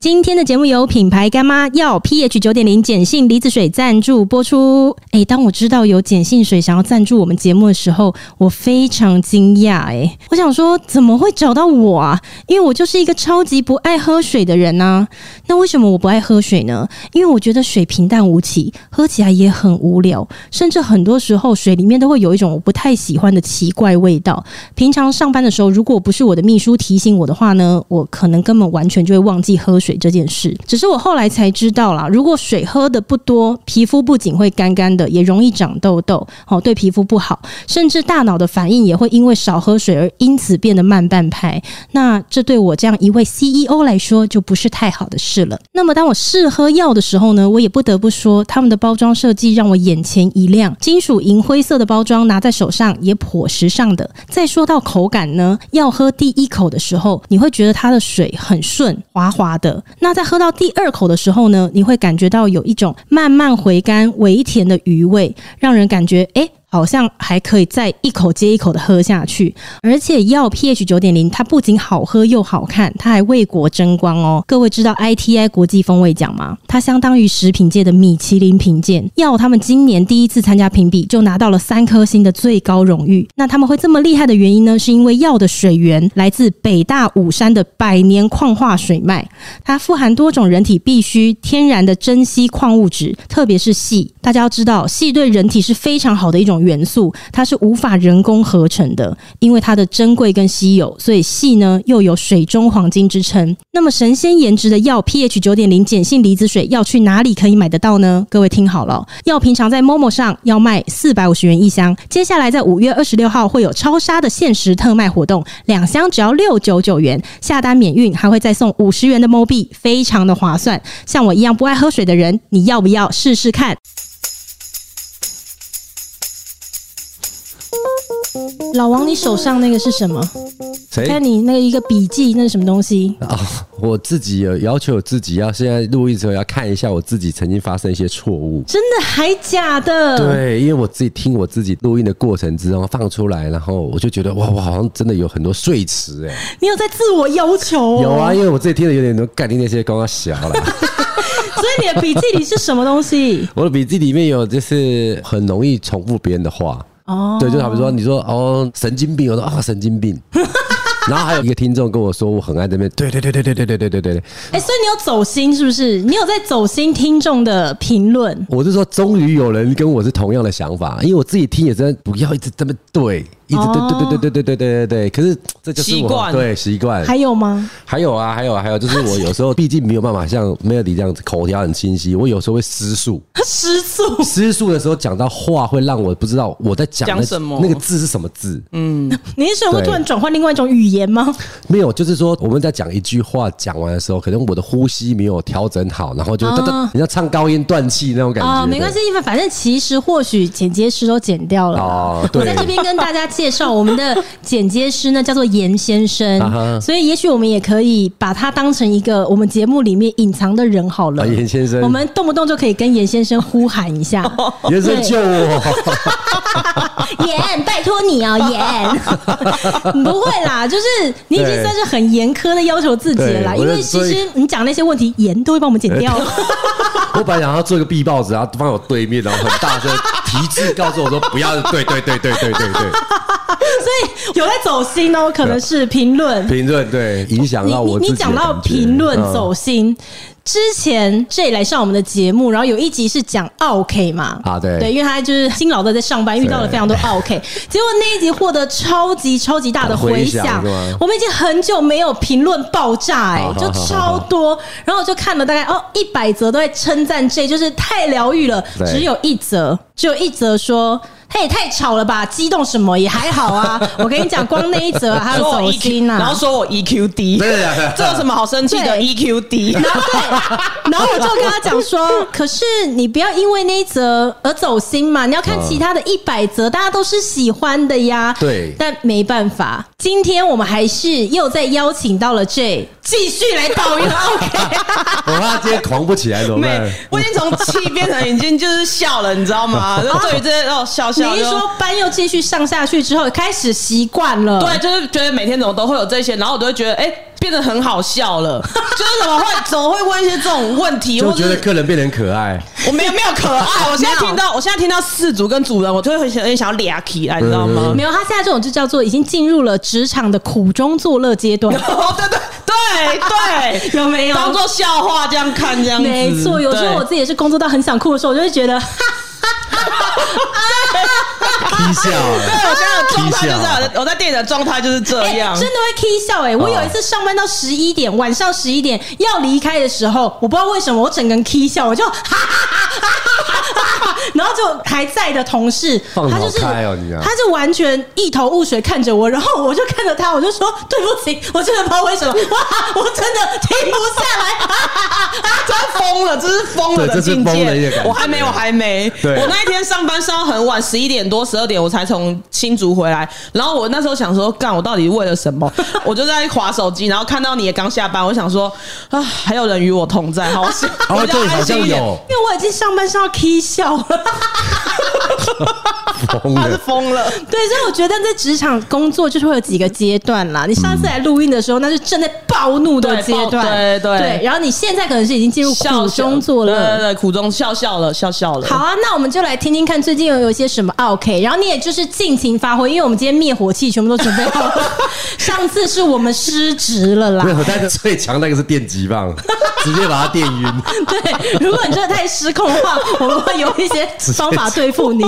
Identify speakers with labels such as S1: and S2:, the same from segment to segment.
S1: 今天的节目由品牌干妈要 pH 九点零碱性离子水赞助播出。诶，当我知道有碱性水想要赞助我们节目的时候，我非常惊讶。诶，我想说怎么会找到我啊？因为我就是一个超级不爱喝水的人呐、那为什么我不爱喝水呢？因为我觉得水平淡无奇，喝起来也很无聊，甚至很多时候水里面都会有一种我不太喜欢的奇怪味道。平常上班的时候，如果不是我的秘书提醒我的话呢，我可能根本完全就会忘记喝水这件事。只是我后来才知道啦，如果水喝的不多，皮肤不仅会干干的，也容易长痘痘，哦，对皮肤不好，甚至大脑的反应也会因为少喝水而因此变得慢半拍。那这对我这样一位 CEO 来说，就不是太好的事了。那么，当我试喝药的时候呢，我也不得不说，他们的包装设计让我眼前一亮，金属银灰色的包装拿在手上也颇时尚的。再说到口感呢，要喝第一口的时候，你会觉得它的水很顺滑滑的；那在喝到第二口的时候呢，你会感觉到有一种慢慢回甘、微甜的余味，让人感觉诶。好像还可以再一口接一口的喝下去，而且药 pH 九点零，它不仅好喝又好看，它还为国争光哦。各位知道 ITI 国际风味奖吗？它相当于食品界的米其林评鉴。药他们今年第一次参加评比，就拿到了三颗星的最高荣誉。那他们会这么厉害的原因呢？是因为药的水源来自北大武山的百年矿化水脉，它富含多种人体必需天然的珍稀矿物质，特别是硒。大家要知道，硒对人体是非常好的一种元素，它是无法人工合成的，因为它的珍贵跟稀有，所以硒呢又有水中黄金之称。那么神仙颜值的药 pH 九点零碱性离子水要去哪里可以买得到呢？各位听好了哦，药平常在 Momo 上要卖四百五十元一箱，接下来在五月二十六号会有超杀的限时特卖活动，两箱只要六九九元，下单免运，还会再送五十元的 MO 币，非常的划算。像我一样不爱喝水的人，你要不要试试看？老王，你手上那个是什么？看
S2: 谁？
S1: 你那个一个笔记，那是什么东西？
S2: 哦，我自己有要求，我自己要现在录音之后要看一下我自己曾经发生一些错误。
S1: 真的还假的？
S2: 对，因为我自己听我自己录音的过程之中放出来，然后我就觉得哇，我好像真的有很多碎词哎、
S1: 你有在自我要求、哦？
S2: 有啊，因为我自己听的有点多，干定那些刚刚小了。
S1: 所以你的笔记里是什么东 西？
S2: 我的笔记里面有就是很容易重复别人的话，
S1: 哦，
S2: 对，就好比说你说哦神经病，我说啊、神经病。然后还有一个听众跟我说，我很爱这边，对对对对对对对对对对对，
S1: 哎、所以你有走心是不是？你有在走心听众的评论？
S2: 我是说，终于有人跟我是同样的想法，因为我自己听也真的不要一直这么对，一直
S1: 哦
S2: 对对对对对对对对对对。可是这就是
S3: 习
S2: 我
S3: 惯
S2: 对习惯。
S1: 还有吗？
S2: 还有啊，还有啊还有，就是我有时候毕竟没有办法像 Melody 这样子口条很清晰，我有时候会失速。
S1: 吃醋？
S2: 失速的时候讲到话会让我不知道我在讲
S3: 讲
S2: 那
S3: 什么
S2: 那个字是什么字。
S1: 你是想会
S2: 对
S1: 突然转换另外一种语言吗？
S2: 没有，就是说我们在讲一句话讲完的时候，可能我的呼吸没有调整好，然后就哒哒，你要唱高音断气那种感觉。
S1: 啊、没
S2: 对
S1: 关系，因为反正其实或许剪接师都剪掉了啦。
S2: 哦对
S1: 我在这边跟大家介绍，我们的剪接师呢叫做严先
S2: 啊哈
S1: 生，所以也许我们也可以把他当成一个我们节目里面隐藏的人好了。
S2: 啊严先生
S1: 我们动不动就可以跟严先生呼喊一下，
S2: 人哦生救我！
S1: 严，拜托你哦， 严，不会啦，就是你已经算是很严苛的要求自己了啦，
S2: 对
S1: 因为
S2: 我就
S1: 其
S2: 所以
S1: 实你讲那些问题，严都会帮我们剪 掉。
S2: 我本来想要做一个壁报纸，然后放我对面，然后很大声提字告诉我说不要，对对对对对
S1: 所
S2: 对对，
S1: 以有在走心哦，可能是评论。
S2: 评论对影响
S1: 你
S2: 到我
S1: 你
S2: 自己
S1: 你
S2: 的
S1: 讲到
S2: 感觉
S1: 评论
S2: 嗯
S1: 走心。之前 J 来上我们的节目，然后有一集是讲 OK 嘛，
S2: 啊对
S1: 对，因为他就是辛劳的在上班，遇到了
S2: 对
S1: 非常多 OK，结果那一集获得超级超级大的
S2: 回
S1: 回
S2: 响
S1: 响
S2: 是吗，
S1: 我们已经很久没有评论爆炸哎、
S2: 好好
S1: 就
S2: 好好
S1: 超多，然后我就看了大概哦一百则都在称赞 J，就是太疗愈了，
S2: 对
S1: 只有一则，只有一则说。他也太吵了吧！激动什么也还好啊。我跟你讲，光那一则啊还有
S3: 说
S1: 走
S3: 我
S1: 心
S3: EQ，
S1: 啊，
S3: 然后说我 EQ 低，
S2: 对对对
S3: 这有什么好生气的
S1: 对
S3: ？EQ 低，
S1: 然后我就跟他讲说，可是你不要因为那一则而走心嘛，你要看其他的一百则，大家都是喜欢的呀。
S2: 对
S1: 但没办法，今天我们还是又再邀请到了 J 继续来抱 怨 OK。
S2: 我怕今天狂不起来怎么办
S3: 没？，我已经从气变成已经就是笑了，你知道吗？就对于这些哦笑笑，
S1: 你一
S3: 就
S1: 说班又继续上下去之后，开始习惯了，
S3: 对，就是觉得每天怎么都会有这些，然后我都会觉得哎、变得很好 笑了，就是怎么会怎么会问一些这种问题，
S2: 就
S3: 或
S2: 觉
S3: 者
S2: 得
S3: 是
S2: 客人变得很可爱，
S3: 我没有没有可 爱，我现在
S1: 没有
S3: 听到我现在听到四组跟主人，我就会很想很想要俩起来，你知道吗？
S1: 没有，他现在这种就叫做已经进入了职场的苦中作乐阶段，
S3: 哦， 对对对对，
S1: 有 没有？
S3: 当做笑话这样看，这样子
S1: 没错，有时候我自己也是工作到很想哭的时候，我就会觉得，
S2: 踢笑啊
S3: 对
S2: 了。
S3: 对我现在的状
S2: 踢
S3: 态就是这样
S2: 笑啊
S3: 我在我在电影的状态就是这
S1: 哎、
S3: 样，
S1: 真的会 K 笑
S2: 哦
S1: 哎、我有一次上班到十一点，晚上十一点要离开的时候，我不知道为什么我整个人 K 笑，我就哈哈哈哈哈 哈哈哈，然后就还在的同事，
S2: 放
S1: 他就是
S2: 好开哦你啊
S1: 他是完全一头雾水看着我，然后我就看着他，我就说对不起，我真的不知道为什么， 哇，我真的停不下来， 哈哈哈哈
S3: 真疯了，这是疯了
S2: 对
S3: 的
S2: 这是
S3: 境
S2: 疯了一个
S3: 界
S2: 感。觉
S3: 我还没，我还没。
S2: 对
S3: 我那一天上班上到很晚，十一点多、十二点我才从新竹回来。然后我那时候想说，干，我到底为了 什么？我就在划手机，然后看到你也刚下班，我想说，啊，还有人与我同在，好幸，
S2: 哦，
S3: 我就
S2: 对，好
S3: 安
S2: 像
S3: 心一点。
S2: 有
S1: 因为我已经上班上到 K 笑了。
S2: 疯
S3: 他是
S2: 了，
S3: 疯了，
S1: 对，所以我觉得在职场工作就是会有几个阶段啦。你上次来录音的时候，那是正在暴怒的阶段，
S3: 嗯对暴对对
S1: 然后你现在可能是已经进入
S3: 笑
S1: 苦中作
S3: 对对
S1: 乐。
S3: 对，苦中笑笑了，笑笑了。
S1: 好啊，那我们就来听听看最近有有一些什么 OK，然后你也就是尽情发挥，因为我们今天灭火器全部都准备好 了。上次是我们失职了啦
S2: 没，有，但是最强那个是电击棒，直接把他电晕。
S1: 对，如果你真的太失控的话，我们会有一些方法对付 你。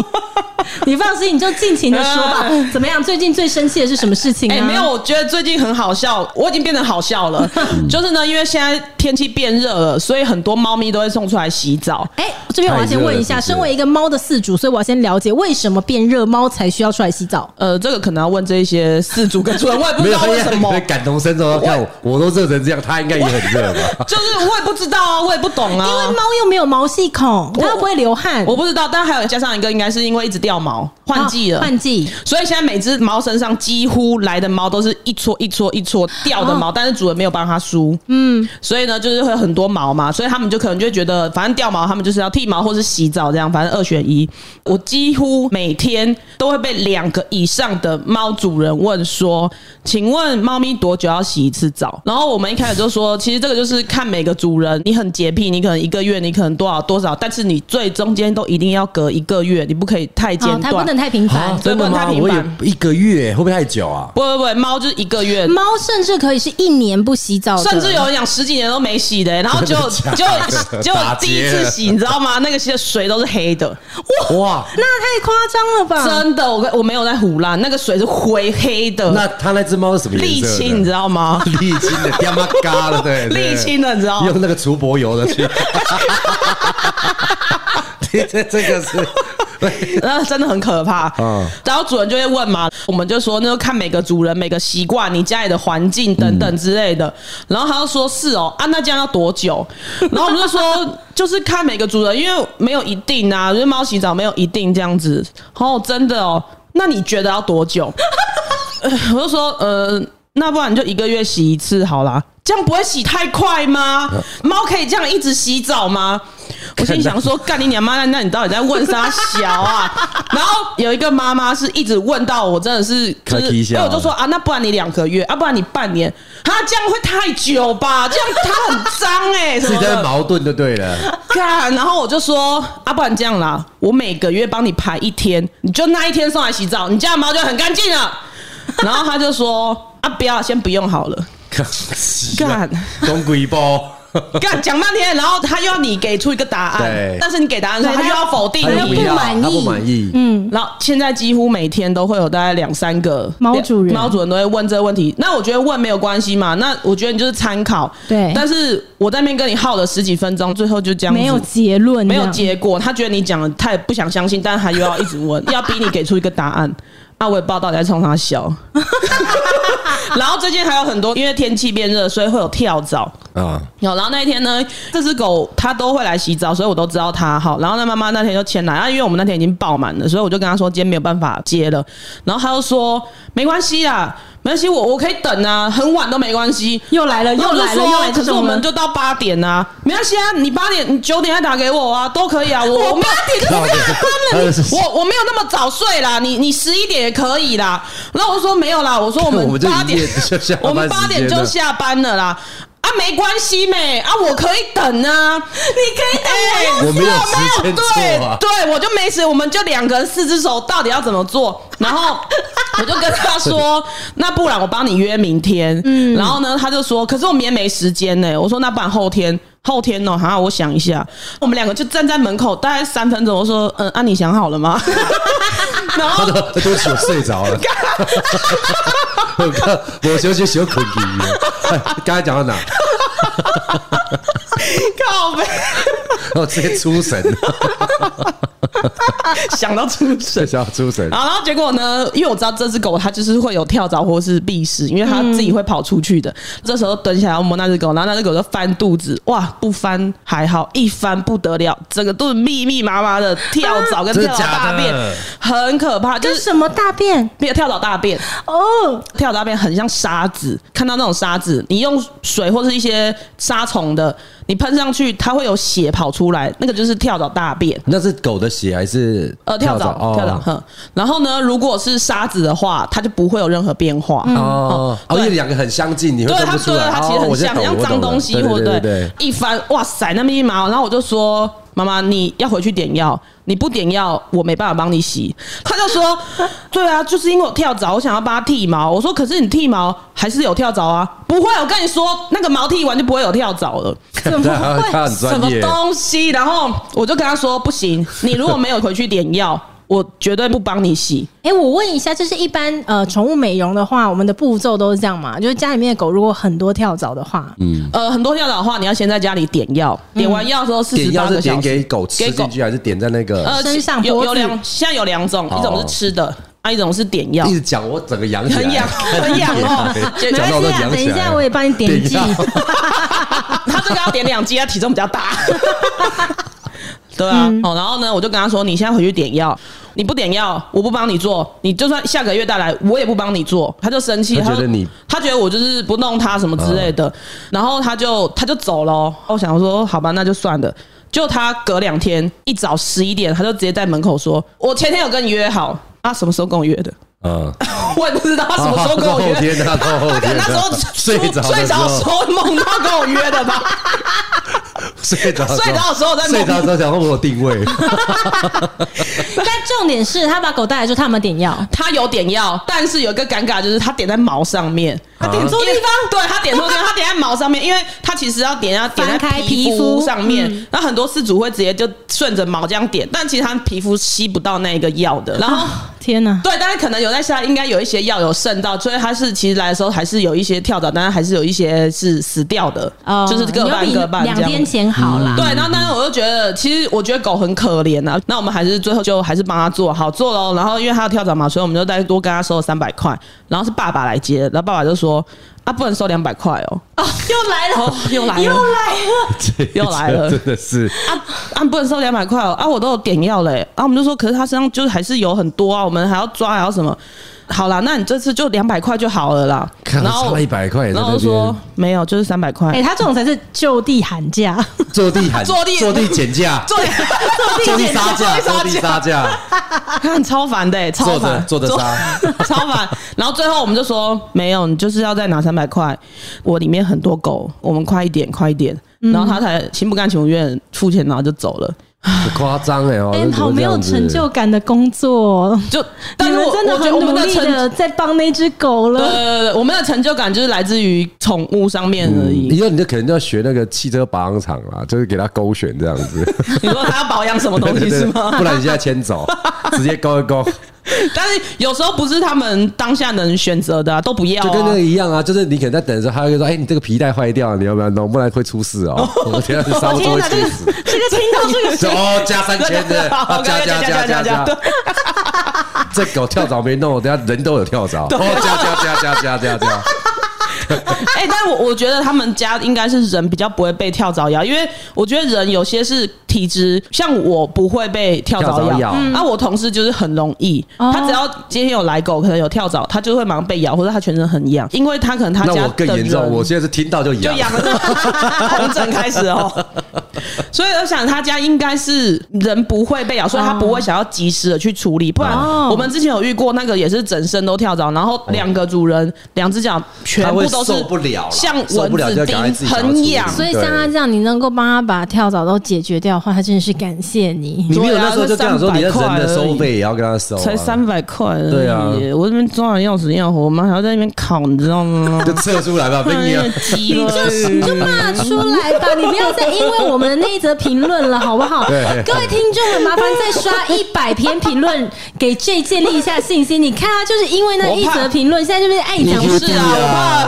S1: 你放心，你就尽情的说吧。怎么样？最近最生气的是什么事情、啊？
S3: 哎、没有，我觉得最近很好笑，我已经变得好 笑了。就是呢，因为现在天气变热了，所以很多猫咪都会送出来洗澡。
S1: 哎、这边我要先问一下，
S2: 太热了是不是
S1: 身为一个猫的饲主，所以我要先了解为什么变热猫才需要出来洗澡。
S3: 呃，这个可能要问这一些事主跟主人，我也不知道为 什么
S2: 你，感同身受。看我，我都热成这样，他应该也很热 吧？
S3: 就是我也不知道啊，我也不懂
S1: 因为
S3: 啊。
S1: 猫又没有毛细孔，它又不会流汗。
S3: 我不知道，但还有加上一个，应该是因为一直掉毛，换季了
S1: 啊，换季。
S3: 所以现在每只猫身上几乎来的毛都是一撮一撮一撮掉的
S1: 哦
S3: 毛，但是主人没有帮它梳，嗯，所以呢就是会有很多毛嘛，所以他们就可能就会觉得，反正掉毛他们就是要剃毛或是洗澡这样，反正二选一。我几乎每天都会被两个以上的猫主人问说，请问猫咪多久要洗一次澡？然后我们一开始就说，其实这个就是看每个主人，你很洁癖，你可能一个月，你可能多少多少，但是你最中间都一定要隔一个月，你不可以太间
S1: 哦，它不
S3: 断啊
S1: 能。太频繁。
S2: 啊
S3: 真的吗
S2: 我有一个月，会不会太久啊？
S3: 不不不，猫就是一个月，
S1: 猫甚至可以是一年不洗澡的，
S3: 甚至有人讲十几年都没洗的、欸然后就
S2: 哦真的
S3: 就
S2: 假的
S3: 就
S2: 打结
S3: 第一次洗，你知道吗？那个洗的水都是黑的，
S2: 哇，
S1: 那太夸张了吧？
S3: 真的，我跟我没有在胡乱，那个水是灰黑的，
S2: 那他那只猫是什么
S3: 呃沥
S2: 颜色的？
S3: 青，你知道吗？
S2: 沥青的，他妈嘎的， 对，对
S3: 沥青的，你知道吗？
S2: 用那个除柏油的去。 这这这个是，
S3: 那真的很可怕。
S2: 嗯
S3: 然后主人就会问嘛，我们就说那就看每个主人每个习惯，你家里的环境等等之类的。然后他就说是哦，啊那这样要多久？然后我们就说 就是看每个主人，因为没有一定啊，就是猫洗澡没有一定这样子。哦，真的哦，那你觉得要多久？呃我就说呃。那不然你就一个月洗一次好啦，这样不会洗太快吗？猫可以这样一直洗澡吗？我心里想说，干你娘妈！那那你到底在问啥小啊？ 然后有一个妈妈是一直问到我，真的是，就
S2: 快
S3: 是
S2: 踢一下
S3: 我就说啊，那不然你两个月，啊，不然你半年，啊，这样会太久吧？这样它很脏哎、欸，什
S2: 自己
S3: 么
S2: 在那
S3: 的。
S2: 矛盾就对了。
S3: 干，啊然后我就说，啊，不然这样啦，我每个月帮你排一天，你就那一天送来洗澡，你家的猫就很干 净了。然后他就说，啊，不要，先不用好了。干
S2: 东鬼包，
S3: 干讲半天，然后他又要你给出一个答案
S2: 对，
S3: 但是你给答案的时候，
S1: 对
S3: 他又要否定
S1: 他又
S3: 你，
S1: 不满意
S2: 他不满意。
S1: 嗯，
S3: 然后现在几乎每天都会有大概两三个
S1: 猫主人
S3: 猫主人都会问这个问题。那我觉得问没有关系嘛，那我觉得你就是参考。
S1: 对
S3: 但是我在那边跟你耗了十几分钟，最后就这样子
S1: 没有结论，
S3: 没
S1: 这
S3: 有
S1: 样
S3: 结果。他觉得你讲的太不想相信，但他又要一直问，要逼你给出一个答案。啊，我也不知道到底在冲他笑。 然后最近还有很多，因为天气变热，所以会有跳蚤。
S2: 啊，
S3: 有，然后那一天呢，这只狗它都会来洗澡，所以我都知道它好。然后那妈妈那天就牵来，啊，因为我们那天已经爆满了，所以我就跟她说今天没有办法接了。然后她就说没关系啦，没关系，我我可以等啊，很晚都没关系。
S1: 又来了，
S3: 然
S1: 又
S3: 后我就
S1: 来了，
S3: 说
S1: 又来这
S3: 可是我
S1: 种
S3: 们
S1: 了。
S3: 就到八点啊，没关系啊，你八点、你九点再打给我啊，都可以啊。我我没有点
S2: 靠北他是
S3: 我我没有那么早睡啦，你你十一点也可以啦。然后我说没有啦，我说 我
S2: 我们
S3: 们
S2: 就
S3: 八点
S2: 营业就下班时间了
S3: 我们八点就下班了啦。啊，没关系没啊，我可以等啊，哎你可以等，
S2: 我我没有时间做啊
S3: 对对，我就没时，我们就两个人四只手，到底要怎么做？然后 我就跟他 说，那不然我帮你约明天。嗯，然后呢，他就说，可是我明天没时间呢、我说那不然后天。后天哦，哈，我想一下，我们两个就站在门口，大概三分钟。我说，嗯，啊，你想好了吗？ 然后
S2: 他都对不起，我睡着了。 我靠，我休息休困机了。哎刚才讲到哪？
S3: 靠呗，
S2: 我哦直接出 神，
S3: 想到出
S2: 这。
S3: 神
S2: 叫出神。
S3: 然后结果呢？因为我知道这只狗它就是会有跳蚤或是必死，因为它自己会跑出去的。这时候蹲下来要摸那只狗，然后那只狗就翻肚子，哇，不翻还好，一翻不得了，整个肚子密密麻麻的跳蚤跟
S2: 啊真的
S3: 跳蚤大
S2: 假的
S3: 便，很可怕，就
S1: 这
S3: 是
S1: 什么大便？
S3: 跳蚤大便。
S1: 哦，
S3: 跳蚤大便很像沙子，看到那种沙子，你用水或是一些杀虫的，你喷上去，它会有血跑出来，那个就是跳蚤大便。
S2: 那是狗的血还是
S3: 呃，跳蚤，跳蚤，
S2: 哦
S3: 哼。然后呢，如果是沙子的话，它就不会有任何变化。
S2: 哦，哦，因为两个很相近，你会
S3: 嗯对
S2: 分
S3: 它，
S2: 不出
S3: 对
S2: 来。
S3: 它其实
S2: 哦
S3: 很
S2: 我现在懂
S3: 像，很像
S2: 我懂了
S3: 脏东西，
S2: 对
S3: 或
S2: 对
S3: 者
S2: 对。
S3: 一翻，哇塞，那么一毛。然后我就说，妈妈，你要回去点药，你不点药，我没办法帮你洗。他就说，对啊，就是因为我跳蚤，我想要帮它剃毛。我说，可是你剃毛还是有跳蚤啊？不会，我跟你说，那个毛剃完就不会有跳蚤了。
S1: 怎么
S2: 他他
S1: 会？
S2: 很
S3: 什
S2: 专
S3: 么
S2: 业，
S3: 东西？然后我就跟他说，不行，你如果没有回去点药，我绝对不帮你洗。
S1: 哎、我问一下，就是一般呃宠物美容的话，我们的步骤都是这样嘛？就是家里面的狗如果很多跳蚤的话，
S3: 呃，很多跳蚤的话，你要先在家里点药，
S1: 嗯
S3: 点完药之后四十
S2: 点
S3: 八
S2: 药
S3: 个
S2: 是
S3: 小
S2: 点
S3: 时。
S2: 给狗吃进去，还是点在那个？
S3: 呃，
S1: 身上
S3: 有
S1: 脖
S3: 有
S1: 子
S3: 两，现在有两种，一种是吃的，啊，一种是点药
S2: 一。直讲，我整个痒起来，
S3: 很痒很痒哦
S2: 讲到我都痒
S1: 啊等
S2: 起
S1: 一
S2: 来
S1: 下
S2: 了。
S1: 我也帮你点
S2: 点
S1: 剂。
S2: 药
S3: 他这个要点两剂，他体重比 较大。对啊，
S2: 嗯
S3: 哦，然后呢，我就跟他说，你现在回去点药，你不点药，我不帮你做，你就算下个月再来，我也不帮你做。他就生气，
S2: 他觉得
S3: 就
S2: 你嗯
S3: 他觉得我就是不弄他什么之类的，然后他就他就走了哦。我想说，好吧，那就算了。就他隔两天一早十一点，他就直接在门口说：“我前天有跟你约好，啊，什么时候跟我约 的？
S2: 嗯，
S3: 我也不知道他什么时候跟我
S2: 后
S3: 约。
S2: 天啊， 到后
S3: 他可
S2: 天
S3: 能那时 候
S2: 睡着
S3: 睡
S2: 的时
S3: 着的时
S2: 候，
S3: 候梦到跟我约的吧。”
S2: 睡着
S3: 睡着的时候在梦
S2: 睡着的时候想问我定位，
S1: 但重点是他把狗带来之后，他有没有点药？
S3: 他有点药，但是有一个尴尬就是他点在毛上面，
S1: 嗯
S2: 他点
S3: 错地方，对他点错地方，他点在毛上面，因为他其实要点要点在
S1: 翻开
S3: 皮
S1: 皮肤
S3: 上面
S1: 嗯，
S3: 那、很多事主会直接就顺着毛这样点，但其实他皮肤吸不到那个药
S1: 啊
S3: 的，然后。
S1: 哦天哪！
S3: 对，但是可能有在下，应该有一些药有渗到，所以他是其实来的时候还是有一些跳蚤，但是还是有一些是死掉的，
S1: 哦
S3: 就是各
S1: 你要
S3: 半
S1: 比
S3: 各半这
S1: 两
S3: 样嗯
S1: 边剪好啦。
S3: 对，然后但是我就觉得，其实我觉得狗很可怜啊。那我们还是最后就还是帮它做好做喽。然后因为它要跳蚤嘛，所以我们就再多跟它收了三百块。然后是爸爸来接，然后爸爸就说：“啊，不能收两百块哦。”啊，又来了，又来了，又来 了， 又来 了。
S2: 真的是
S3: 啊啊！不能收两百块哦！啊，我都有点药嘞、啊，我们就说，可是他身上就是还是有很多啊，我们还要抓，还要什么？好啦，那你这次就两百块就好了啦。
S2: 看
S3: 然后
S2: 差了100块也在
S3: 然后我
S2: 那边
S3: 说没有，就是三百块。
S1: 哎、他这种才是就地喊价，
S2: 坐地喊
S3: 坐地
S2: 坐地减价，
S3: 重点，
S2: 坐地杀价，坐
S3: 坐
S2: 地
S3: 地
S2: 杀价，
S3: 看超烦的、欸，超
S2: 坐着
S3: 烦，
S2: 坐着 杀，
S3: 超烦。然后最后我们就说，没有，你就是要再拿三百块，我里面很多狗，我们快一点，快一点。
S1: 嗯
S3: 然后他才心不甘情不愿付钱，然后就走了。
S2: 很夸张哎哦
S1: 哎、，
S2: 那怎么
S1: 好没有
S2: 这样子
S1: 成就感的工作、哦。
S3: 就，
S1: 你
S3: 但是
S1: 们
S3: 我
S1: 真的
S3: 我觉得
S1: 很
S3: 我们
S1: 努
S3: 的
S1: 力
S3: 成
S1: 的在帮那只狗
S3: 对对
S1: 了。
S3: 对对，我们的成就感就是来自于宠物上面而
S2: 嗯
S3: 已。
S2: 以后你就可能就要学那个汽车保养厂啦，就是给他勾选这样子，
S3: 你说他要保养什么东
S2: 对
S3: 西
S2: 对
S3: 是
S2: 对
S3: 吗？
S2: 不然你现在牵走，直接勾一勾，
S3: 但是有时候不是他们当下能选择的啊、都不要啊、
S2: 就跟那个一样啊，就是你可能在等的时候，他会说：“哎，你这个皮带坏掉了，你要不要弄？不然会出事哦。”我天啊， 这刹不
S1: 天
S2: 会
S1: 哪，
S2: 出
S1: 这个
S2: 事。
S1: 这个听到 这个
S2: 说哦，加三千的， 啊加加加加加，这狗跳蚤没弄，等下人都有跳蚤，哦，加加加加加加加，
S3: 哎、但我我觉得他们家应该是人比较不会被跳蚤咬，因为我觉得人有些是体质，像我不会被跳
S2: 跳
S3: 蚤
S2: 蚤
S3: 咬，
S2: 咬嗯
S3: 那、我同事就是很容易，
S1: 哦
S3: 他只要今天有来狗，可能有跳蚤，他就会马上被咬，或者他全身很痒，因为他可能他
S2: 那
S3: 家
S2: 我更
S3: 的
S2: 严重，
S3: 人
S2: 我现在是听到就
S3: 就
S2: 痒。
S3: 养了 红疹开始哦。所以我想他家应该是人不会被咬，所以他不会想要及时的去处理，不然
S1: 哦
S3: 我们之前有遇过那个也是整身都跳蚤，然后两个主人两只脚全部都
S2: 他会
S3: 是
S2: 受不了啦
S3: 像
S2: 受不了
S3: 蚊
S2: 就
S3: 子
S2: 要赶快自己
S3: 叮，
S2: 想要处
S3: 很
S2: 理
S3: 痒。
S1: 所以像他这样，你能够帮他把跳蚤都解决掉的话，他真的是感谢你。
S2: 你没有
S3: 对啊
S2: 那时候就跟他说，你的人的收费也要跟他收、啊，
S3: 才三百块而已，
S2: 对啊？
S3: 我这边装的要死要活，我妈还要在那边烤，你知道 吗
S2: 就测出来吧，被你
S3: 哎
S2: 啊。
S3: 呀急
S1: 你
S3: 了
S1: 就你就骂出来吧，你不要再因为我们的那一则评论了，好不好？
S2: 对
S1: 各位听众们，麻烦再刷一百篇评论，给 J 建立一下信心。你看他就是因为那一则评论，现在就是爱讲
S2: 你
S1: 不是
S2: 去低
S1: 啊，
S2: 啊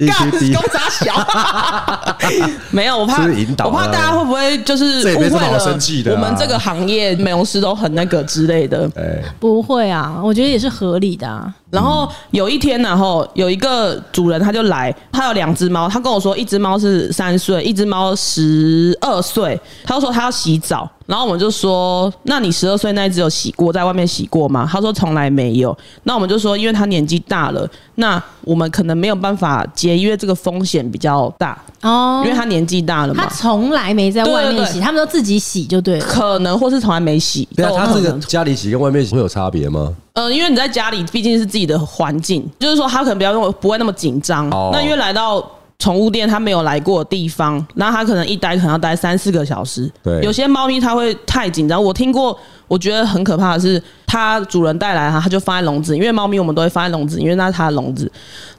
S1: 我
S2: ，EQ 低
S3: 干，公差小， 没有，我怕
S2: 是不是引导啊
S3: 我怕大家会不会就是
S2: 这也
S3: 误
S2: 没什么
S3: 会
S2: 好
S3: 了
S2: 生气的啊
S3: 我们这个行业美容师都很那个之类的。
S2: 哎，
S1: 怕不会啊，我觉得也是合理的、啊。
S3: 然后有一天然后有一个主人他就来，他有两只猫，他跟我说一只猫是三岁，一只猫十二岁，他就说他要洗澡。然后我们就说，那你十二岁那一只有洗过，在外面洗过吗？他说从来没有。那我们就说，因为他年纪大了，那我们可能没有办法接，因为这个风险比较大，
S1: 哦
S3: 因为他年纪大了嘛。
S1: 他从来没在外面洗，
S3: 对对对
S1: 他们都自己洗就 对了。
S3: 可能或是从来没洗。
S2: 对啊，
S3: 都有
S2: 他这
S3: 可
S2: 个
S3: 能
S2: 家里洗跟外面洗会有差别吗？
S3: 呃，因为你在家里毕竟是自己的环境，就是说他可能比较用不会那么紧张。
S2: 哦
S3: 那因为来到宠物店，他没有来过的地方，那他可能一待可能要待三四个小时。
S2: 对
S3: 有些猫咪它会太紧张，我听过。我觉得很可怕的是，它主人带来它，它就放在笼子，因为猫咪我们都会放在笼子，因为那是它的笼子。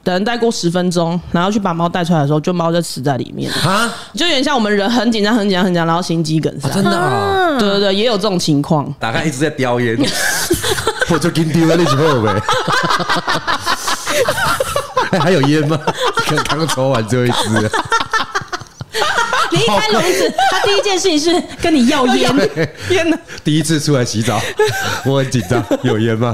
S3: 等人待过十分钟，然后去把猫带出来的时候，就猫就死在里面了，
S2: 啊，
S3: 就有点像我们人很紧张、很紧张、很紧张，然后心肌梗塞。
S2: 真的啊，
S3: 对对对，也有这种情况。
S2: 打开一直在叼 烟，我就啊给你丢了那几后呗。 哎还有烟吗？刚刚抽完最后一支，
S1: 你一开笼子，他第一件事情是跟你要烟。
S3: 天哪！
S2: 第一次出来洗澡，我很紧张，有烟吗？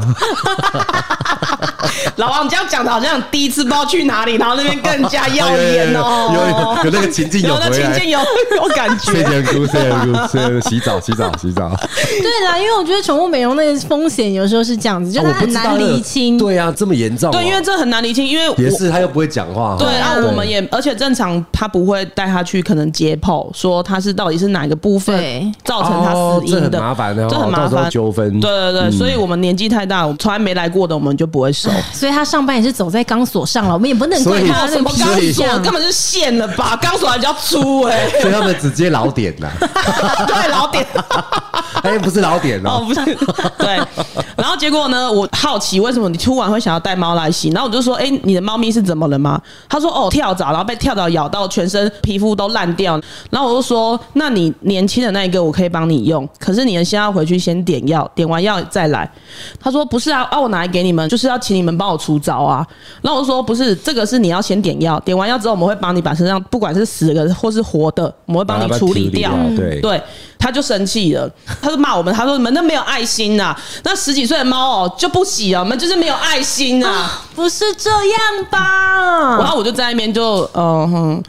S3: 老王，你这样讲的好像第一次不知道去哪里，然后那边更加耀眼哦，
S2: 哎有有有有那个情境有
S3: 有那
S2: 回
S3: 情
S2: 来
S3: 境有有感
S2: 睡
S3: 觉。
S2: 前哭，睡前哭，睡前哭洗澡，洗澡，洗澡。 啊
S1: 对啦，因为我觉得宠物美容那个风险有时候是这样子，就
S2: 啊
S1: 它
S2: 我不
S1: 很
S2: 知道
S1: 难
S2: 那个
S1: 厘清。
S2: 对啊，这么严重哦。
S3: 对，因为这很难理清，因为我
S2: 也是他又不会讲话。
S3: 对，
S2: 哦
S3: 然后我们也而且正常他不会带他去可能解剖，说他是到底是哪个部
S1: 对
S3: 分造成他
S2: 哦
S3: 死
S2: 这
S3: 因
S2: 很
S3: 的，
S2: 麻烦哦
S3: 这很麻
S2: 到时候
S3: 烦
S2: 纠纷
S3: 对对对，所以我们年纪太大，我们从来没来过的，我们就不会收。
S1: 所以它上班也是走在钢索上了，我们也不能怪
S2: 所以
S1: 它
S3: 他
S1: 那
S3: 什
S1: 个
S3: 么
S1: 脾
S3: 钢
S1: 气
S3: 索
S1: 这样
S3: 根本是线了吧？钢索还比较粗哎、
S2: 所以他们直接老点 呐，
S3: 对，老点。
S2: 哎，不是老点
S3: 哦，
S2: 哦，
S3: 不是， 对。然后结果呢，我好奇为什么你突然会想要带猫来洗，然后我就说，哎、你的猫咪是怎么了吗？他说，哦，跳蚤，然后被跳蚤咬到，全身皮肤都烂掉。然后我就说，那你年轻的那一个我可以帮你用，可是你先要回去先点药，点完药再来。他说，不是啊，啊，我拿来给你们，就是要请你们帮我除蚤啊。然后我就说，不是，这个是你要先点药，点完药之后我们会帮你把身上不管是死的或是活的，我们会帮
S2: 把
S3: 你
S2: 它
S3: 处理
S2: 掉
S3: 掉。。
S2: 对，
S3: 对，他就生气了， 他就骂我们，他说你们那没有爱心呐、啊那十几岁的猫哦就不洗啊，我们就是没有爱心 呐、
S1: 啊不是这样吧？
S3: 然后我就在那边就嗯哼。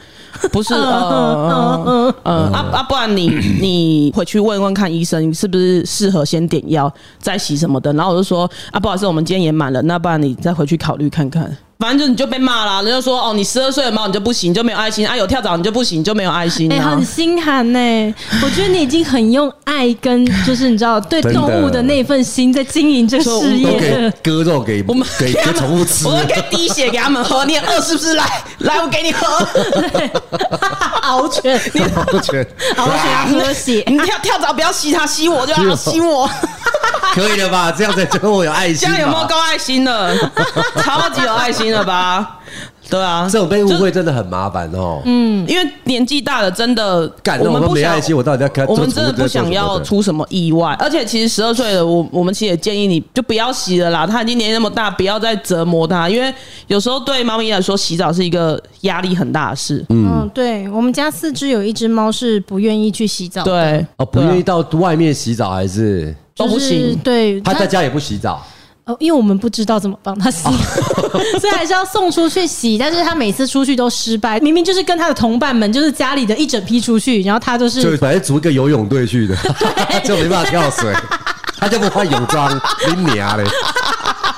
S3: 不是，
S1: 嗯
S3: 呃呃呃，啊啊，不 然你你回去问问看医生是不是适合先点药再洗什么的。然后我就说啊，不好意思，我们今天也满了，那不然你再回去考虑看看。反正就你就被骂啦，人家说哦，你十二岁的猫你就不行，你就没有爱心啊，有跳蚤你就不行，你就没有爱心、啊。
S1: 哎、很心寒呢、我觉得你已经很用爱跟，就是你知道对
S2: 真的
S1: 动物的那份心在经营这个事
S2: 都
S1: 业
S2: 给
S1: 了。
S2: 割肉给
S3: 我们
S2: 给给宠物吃
S3: 我。 都给滴血给他们喝，你很饿是不是？来来，我给你喝，
S1: 獒犬，
S2: 你不觉得
S1: 獒犬要喝血，
S3: 你跳跳蚤不要吸它，吸我就好，吸我，
S2: 可以了吧？这样才对我有爱
S3: 这
S2: 心吧。
S3: 样有没有够爱心了？ 超级有爱心了吧？对啊，
S2: 这种被误会真的很麻烦哦。嗯，
S3: 因为年纪大了，真的
S2: 干，那
S3: 我
S2: 我
S3: 们
S2: 们
S3: 不
S2: 没
S3: 想
S2: 爱心，我到底在看？
S3: 我们
S2: 做宠物在
S3: 真的不
S2: 做
S3: 想
S2: 什么
S3: 要
S2: 的
S3: 出什么意外，而且其实十二岁的我，我们其实也建议你就不要洗了啦。他已经年纪那么大，不要再折磨他，因为有时候对猫咪来说，洗澡是一个压力很大的事。
S1: 嗯，对我们家四只有一只猫是不愿意去洗澡，，
S3: 对，
S2: 哦，不
S3: 对啊
S2: 愿意到外面洗澡还是
S3: 都不
S1: 就是
S3: 行。
S1: 对，
S2: 他
S1: 它
S2: 在家也不洗澡？
S1: 哦，因为我们不知道怎么帮他洗， 所以还是要送出去洗。但是他每次出去都失败，明明就是跟他的同伴们，就是家里的一整批出去，然后他就是
S2: 就本来组一个游泳队去的， 就没办法跳水，他就不换泳装，你娘 嘞，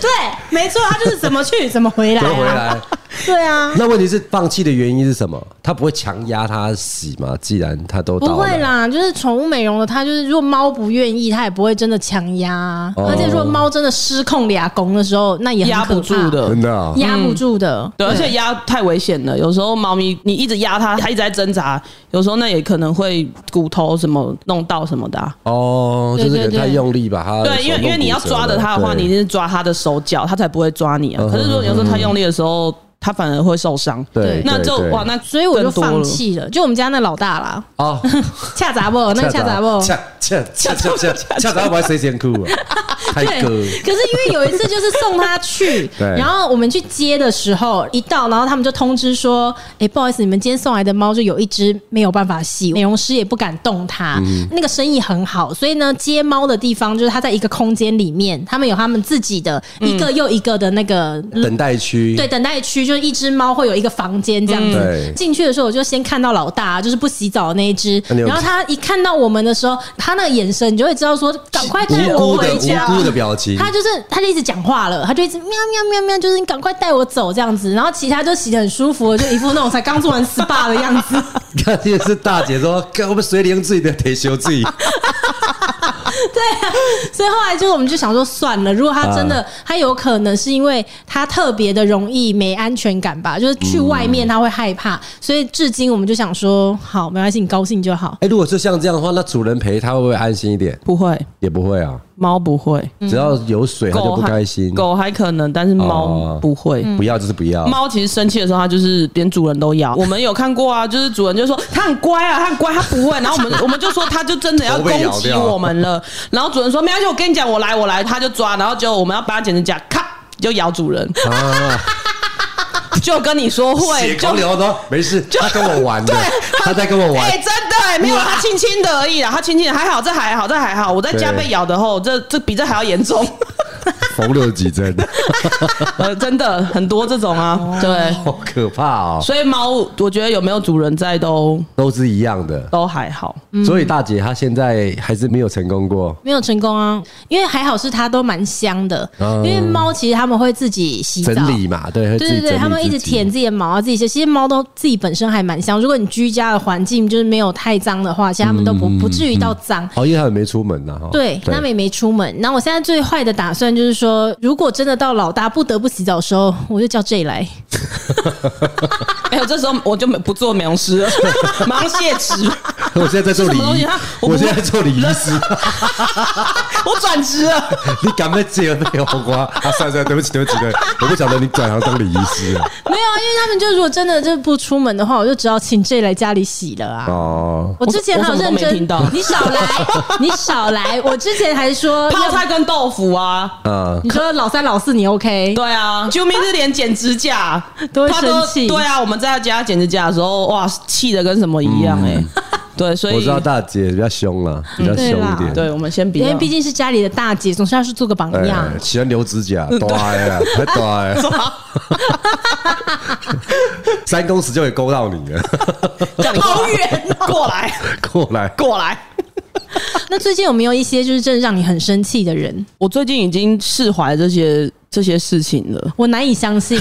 S1: 对，没错，他就是怎么去怎么回来、啊
S3: 啊
S2: 怎么回？来？
S1: 对 啊，
S2: 那问题是放弃的原因是什么？他不会强压他洗嘛？既然他都到
S1: 不
S2: 了
S1: 会，啦，就是宠物美容的，它就是如果猫不愿意，它也不会真的强压啊、
S2: 哦
S1: 而且如果猫真的失控俩拱的时候，那也很
S3: 压
S1: 可
S3: 不住
S1: 怕，嗯
S3: 的。
S2: 真的哦、
S1: 压不住的。
S3: 对，而且压太危险了。有时候猫咪你一直压它，它一直在挣扎，有时候那也可能会骨头什么弄到什么的啊、
S2: 哦，就是可
S1: 对
S2: 能
S1: 对对
S2: 太用力把他
S3: 对，因为因为你要抓着它的话，你一定是抓它的手脚，它才不会抓你啊
S2: 嗯。
S3: 可是如果有时候它用力的时候，它反而会受伤。
S2: 对，
S3: 那就哇，那
S1: 所以我就
S3: 更多
S1: 放
S3: 了。
S1: 弃了，就我们家那老大啦，
S2: 啊，
S1: 恰杂不？那个恰杂不？
S2: 恰恰恰恰恰 恰杂不谁先哭啊？太
S1: 对，
S2: 哥，
S1: 可是因为有一次就是送他去，
S2: 对
S1: 然后我们去接的时候，一到，然后他们就通知说，哎、不好意思，你们今天送来的猫就有一只没有办法洗，美容师也不敢动它。
S2: 嗯
S1: 那个生意很好，所以呢，接猫的地方就是它在一个空间里面，他们有他们自己的一个又一个的那个。
S2: 嗯
S1: 嗯
S2: 等待区
S1: 对，等待区就是一只猫会有一个房间这样
S2: 嗯对
S1: 子。进、去的时候，我就先看到老大，就是不洗澡的那一只。
S2: 那你有
S1: 然后他一看到我们的时候，他那个眼神，你就会知道说，赶快带
S2: 无
S1: 我
S2: 辜的
S1: 回家。
S2: 无辜的表情，
S1: 他就是他就一直讲话了，他就一直喵喵喵喵，就是你赶快带我走这样子。然后其他就洗的很舒服，就一副那种才刚做完 SPA 的样 子。
S2: 你看也是大姐说， 看我们水灵自己的得修自己，
S1: 所以后来就是我们就想说算了，如果他真的、他有可能是因为他特别的容易没安全感吧，就是去外面他会害怕，所以至今我们就想说好没关系，你高兴就好。
S2: 哎、如果是像这样的话，那主人陪他会不会安心一点？
S3: 不会，
S2: 也不会啊，
S3: 猫不会，
S2: 只要有水他就
S3: 狗
S2: 不
S3: 还
S2: 开心。
S3: 狗嗯还可能，但是猫
S2: 哦
S3: 不会。
S2: 不要就是不要，
S3: 猫其实生气的时候，它就是连主人都 咬。我们有看过啊，就是主人就说它很乖啊，它很乖，它不会。然后我们 我们就说它就真的要
S2: 头被咬
S3: 攻击
S2: 掉
S3: 我们了。然后主人说没关系，我跟你讲，我来我来，它就抓。然后结果我们要把它剪指甲，咔就咬主 人，
S2: 啊，
S3: 就跟你说会
S2: 血
S3: 就
S2: 狂。流的没事，他跟我玩的， 他在跟我玩
S3: 哎、。真的、哎没有，它轻轻的而已啦，它轻轻的还好，这还好，这还好。我在家
S2: 对
S3: 被咬的后，这这比这还要严重，
S2: 缝了几针，
S3: 呃，真的很多这种啊，对。
S2: 好可怕哦，
S3: 所以猫，我觉得有没有主人在都
S2: 都是一样的。
S3: 都还好。
S2: 所以大姐她现在还是没有成功过，
S1: 没有成功啊，因为还好是它都蛮香的，
S2: 嗯
S1: 因为猫其实它们会自己洗澡，
S2: 整理嘛，对，会
S1: 对
S2: 自
S1: 对
S2: 己整
S1: 对，
S2: 理
S1: 他们一直
S2: 自己
S1: 舔自己的毛啊，自己洗。其实猫都自己本身还蛮香。如果你居家的环境就是没有太脏的话，其实它们都不、不至于到脏。
S2: 哦，因为他们没出门呐，哈
S1: 对，他们也没出门。那我现在最坏的打算就是说，如果真的到老大不得不洗澡的时候，我就叫 J 来。
S3: 没有，这时候我就没不做美容师了， 马上卸职，
S2: 我现在在做礼
S3: 什么东西
S2: 仪
S3: 他，我不
S2: 我现在在做礼仪师，
S3: 我转职了。
S2: 你敢不敢接那个黄瓜？啊，算了算了，对不起对不起，对，我不晓得你转行当礼仪师了。
S1: 没有啊，因为他们就如果真的就不出门的话，我就只好请 J 来家里洗了啊。
S2: 哦，
S1: 我之前还有认
S3: 我怎么都
S1: 真
S3: 没听到，
S1: 你少来，你少来。我之前还说
S3: 泡
S1: 要，
S3: 菜跟豆腐啊，
S2: 嗯，
S1: 你说老三老四你 OK？
S3: 对啊，啾咪是连剪指甲
S1: 都会
S3: 他都
S1: 生气
S3: 对啊，我们在家剪指甲的时候，哇，气的跟什么一样哎、对，所以
S2: 嗯我知道大姐比较凶了，比较凶一点，
S3: 对，我们先比
S1: 因
S3: 较，
S1: 为毕竟是家里的大姐，总是要是做个榜
S2: 哎，
S1: 样。
S2: 喜欢留指甲，对啊，太对啊， 三公尺就可以勾到你了，
S3: 好远、过来，
S2: 过来。
S3: 过来。
S1: 那最近有没有一些就是真的让你很生气的人？
S3: 我最近已经释怀这些这些事情了。
S1: 我难以相 信，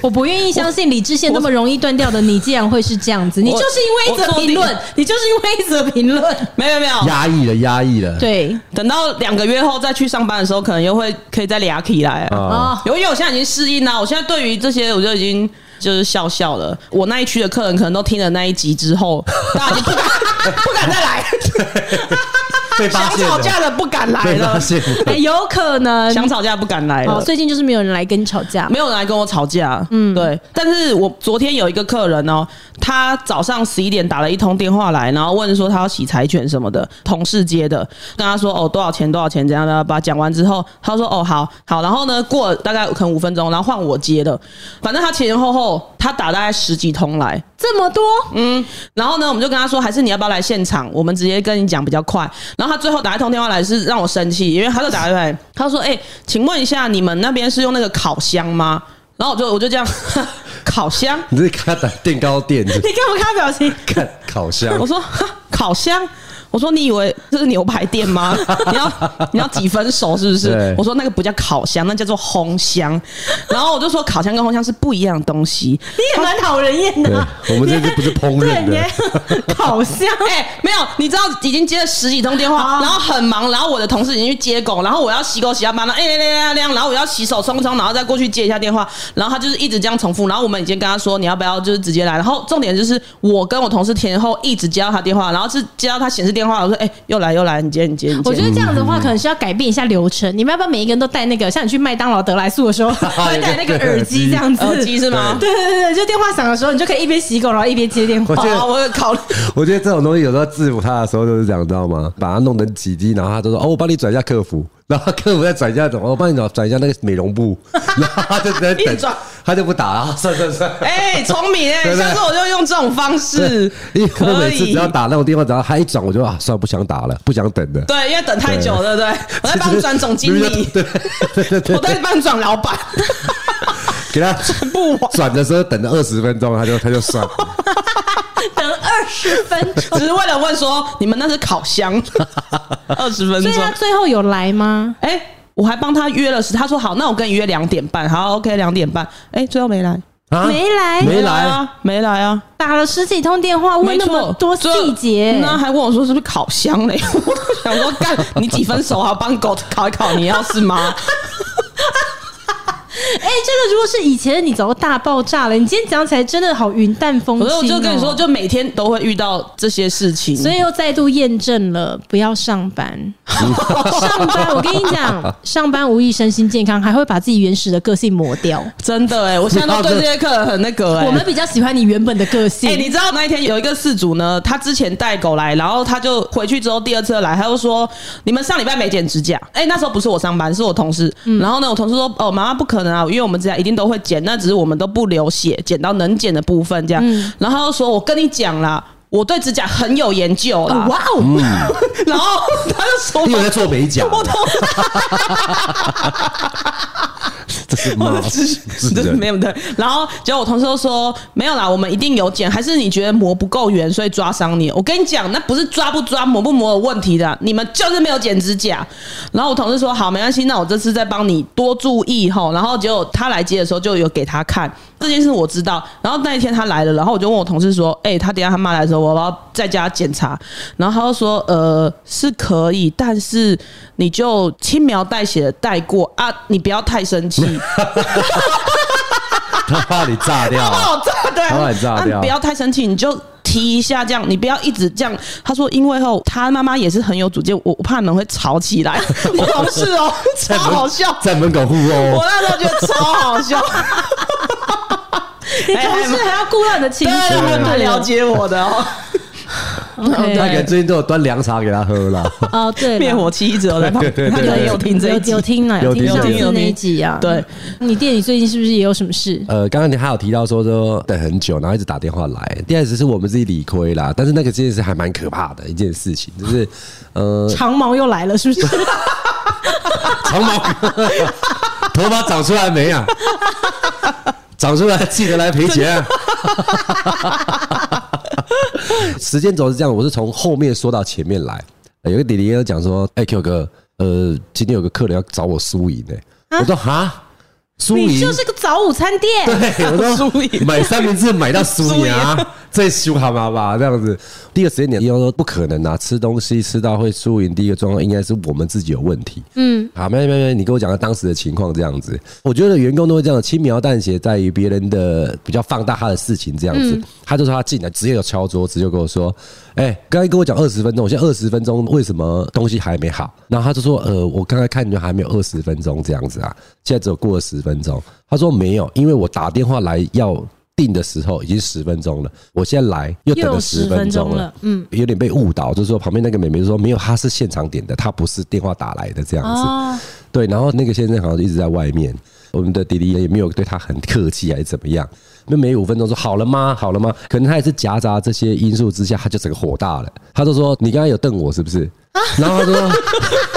S1: 我不愿意相信理智线那么容易断掉的你，竟然会是这样子。你就是因为一则评
S3: 我
S1: 论，你就是因为一则评 论，
S3: 没有没有，
S2: 压抑了，压抑了。
S1: 对
S3: 等到两个月后再去上班的时候，可能又会可以再俩起来
S2: 啊，
S3: 啊。
S1: 哦，
S3: 有，因为我现在已经适应啦，我现在对于这些我就已经就是笑笑了。我那一区的客人可能都听了那一集之后，大家已经不敢 不敢再来，
S2: 被发
S3: 想
S2: 现
S3: 吵架
S2: 了，
S3: 的不敢来
S2: 被发
S3: 了，
S2: 现
S1: 哎
S2: 了。
S1: 有可能。
S3: 想吵架不敢来
S1: 哦，
S3: 了。嗯
S1: 最近就是没有人来跟你吵架
S3: 没，有人来跟我吵架，嗯，对。但是我昨天有一个客人哦，他早上十一点打了一通电话来，然后问说他要洗柴犬什么的，同事接的，跟他说哦多少钱多少钱怎样的，把讲完之后，他说哦好好，然后呢过了大概可能五分钟，然后换我接的，反正他前前后后他打大概十几通来，
S1: 这么多，
S3: 嗯，然后呢，我们就跟他说，还是你要不要来现场？我们直接跟你讲比较快。然后他最后打一通电话来是让我生气，因为他就打来，他说：“哎、请问一下，你们那边是用那个烤箱吗？”然后我就我就这样， 烤箱，
S2: 你是看他打电高电，
S3: 你看我看他表情，
S2: 看烤箱
S3: 我，说哈烤箱。我说你以为这是牛排店吗？ 你要你要几分熟是不是
S2: 对？
S3: 我说那个不叫烤箱，那叫做烘箱。然后我就说烤箱跟烘箱是不一样的东西。
S1: 你也蛮讨人厌的啊。
S2: 对我们这
S1: 你还
S2: 就不是烹饪的
S1: 对，你还烤箱。
S3: 哎、没有，你知道已经接了十几通电话，
S1: 哦
S3: 然后很忙，然后我的同事已经去接狗，然后我要洗狗洗到班了，哎、欸、亮亮，然后我要洗手冲冲，然后再过去接一下电话，然后他就是一直这样重复，然后我们已经跟他说你要不要就是直接来，然后重点就是我跟我同事前后一直接到他电话，然后是接到他显示电话，我说哎、欸又来又来，你接你接你接，
S1: 我觉得这样的话，可能需要改变一下流程。你们要不要每一个人都戴那个？像你去麦当劳、得来速的 时候，会戴那个耳机这样子。
S3: 耳哦机是吗？
S1: 对对对，对就电话响的时候，你就可以一边洗狗，然后一边接电话
S2: 我。觉得
S3: 好，我有考虑。
S2: 我觉得这种东西有时候制服他的时候就是这样，知道吗？把他弄成几滴，然后他就说：“哦，我帮你转一下客服。”然后客服再转一下怎哦么？我帮你转转一下那个美容部，然后他就在
S3: 一直
S2: 等
S3: 转，
S2: 他就不打了， 算算算。
S3: 哎、聪明哎、
S2: 对不对
S3: 下次我就用这种方式
S2: 因为，我
S3: 可
S2: 每次只
S3: 以。
S2: 要打那种电话，只要他一转，我就啊，算了，不想打了，不想等 了。
S3: 对，因为等太久了，对不对？我在帮你转总经理，
S2: 对对对对
S3: 我，在帮你转老板，
S2: 给他
S3: 不完，
S2: 转的时候等了二十分钟，他就他就算了。
S1: 等二十分钟，
S3: 只是为了问说你们那是烤箱， 二十分
S1: 所
S3: 钟
S1: 以。他最后有来吗？
S3: 哎、我还帮他约了时，他说好，那我跟你约两点半，好，OK，两点半。哎、最后没来，
S2: 啊
S1: 没来
S2: 没来啊！
S3: 啊，没来啊，
S1: 打了十几通电话，问
S3: 没
S1: 那么
S3: 错，
S1: 多
S3: 最后
S1: 细节，哎
S3: 那还问我说是不是烤箱嘞？ 我想说干，你几分熟啊？帮狗烤一烤，你要是吗？
S1: 哎、真的，如果是以前的你，早就大爆炸了。你今天讲起来真的好云淡风
S3: 我
S1: 轻、
S3: 说
S1: 哦。
S3: 我就跟你说，，就每天都会遇到这些事情，
S1: 所以又再度验证了不要上 班。上班，我跟你讲，上班无益身心健康，还会把自己原始的个性磨掉。
S3: 真的哎、我现在都对这些客人很那个哎、
S1: 我们比较喜欢你原本的个
S3: 哎、
S1: 性。
S3: 你知道那一天有一个事主呢，他之前带狗来，然后他就回去之后第二次来，他就说你们上礼拜没剪指甲。哎、那时候不是我上班，是我同事。然后呢，我同事说哦，妈妈不可能啊，因为我们指甲一定都会剪，那只是我们都不流血，剪到能剪的部分这样。然后他就说我跟你讲啦。我对指甲很有研究啦，
S1: 哇哦，
S3: 然后他就说：“
S2: 因为我在做美甲，
S3: 我同
S2: 这是
S3: 我
S2: 妈
S3: 的知识
S2: 是
S3: 对，
S2: 人
S3: 没有对。然后结果我同事就说没有啦，我们一定有剪，还是你觉得磨不够圆，所以抓伤你？我跟你讲，那不是抓不抓、磨不磨有问题的，你们就是没有剪指甲。然后我同事说好，没关系，那我这次再帮你多注意吼。然后结果他来接的时候就有给他看这件事，我知道。然后那一天他来了，然后我就问我同事说，哎、他等一下他妈来的时候，我要不要在家检查？然后他就说，呃，是可以，但是你就轻描淡写的带过啊，你不要太生气。
S2: 他怕你炸掉
S3: 他把
S1: 哦
S2: 啊。
S3: 我炸对，
S2: 他把你炸掉
S3: 啊不要太生气，你就提一下这样，你不要一直这样。他说，因为后他妈妈也是很有主见，我我怕你们会吵起来。我同事哦，超好笑，
S2: 在门口互殴
S3: 我，那时候觉得超好笑。
S1: 你同事还要顾到你的情
S3: 对，
S1: 绪，
S3: 他们蛮
S1: 对
S3: 了。解我的哦，
S2: 他可能
S1: OK，
S2: 最近都有端凉茶给他喝了。
S1: 哦，对了，
S3: 灭火器一直有在旁
S2: 对对对
S3: 边，他可能也有听这一集
S1: 有有。听了，有
S2: 有听
S1: 听上
S2: 有
S1: 次
S3: 听
S1: 那一集啊。
S3: 对，
S1: 你店里最近是不是也有什么事？
S2: 呃，刚刚你还有提到说说等很久，然后一直打电话来。第二只是我们自己理亏啦，但是那个件事还蛮可怕的一件事情，就是呃，
S1: 长毛又来了，是不是？
S2: 长毛 头发长出来没啊？长出来记得来赔钱、啊。时间轴是这样，我是从后面说到前面来。呃有个弟弟跟我讲说：“哎、Q 哥，呃，今天有个客人要找我输赢呢。”我说：“哈，输赢
S1: 你就是个早午餐店。
S2: 对，我说
S3: 输赢
S2: 买三明治买到输赢 啊，最凶好吗吧？这样子，第一个时间点，医生说不可能啊，吃东西吃到会输赢，第一个状况应该是我们自己有问题。嗯，好，没有没有没有，你跟我讲下当时的情况这样子，我觉得员工都会这样轻描淡写，在于别人的比较放大他的事情这样子。他就说他进来直接有敲桌子，就跟我说：“哎、刚才跟我讲二十分钟，我现在二十分钟，为什么东西还没好？”然后他就说：“呃，我刚才看你们还没有二十分钟这样子啊，现在只有过了十分钟。”他说：“没有，因为我打电话来要。”定的时候已经十分钟了，我现在来又等
S1: 又10
S2: 了十分钟
S1: 分钟了
S2: 了，嗯，有点被误导，就是说旁边那个妹妹就说没有，她是现场点的，她不是电话打来的这样子，
S1: 哦，
S2: 对，然后那个先生好像一直在外面，我们的弟弟也没有对他很客气还是怎么样。那每五分钟说好了吗？好了吗？可能他也是夹杂这些因素之下，他就整个火大了。他就说：“你刚刚有瞪我是不 是？”然后他就说：“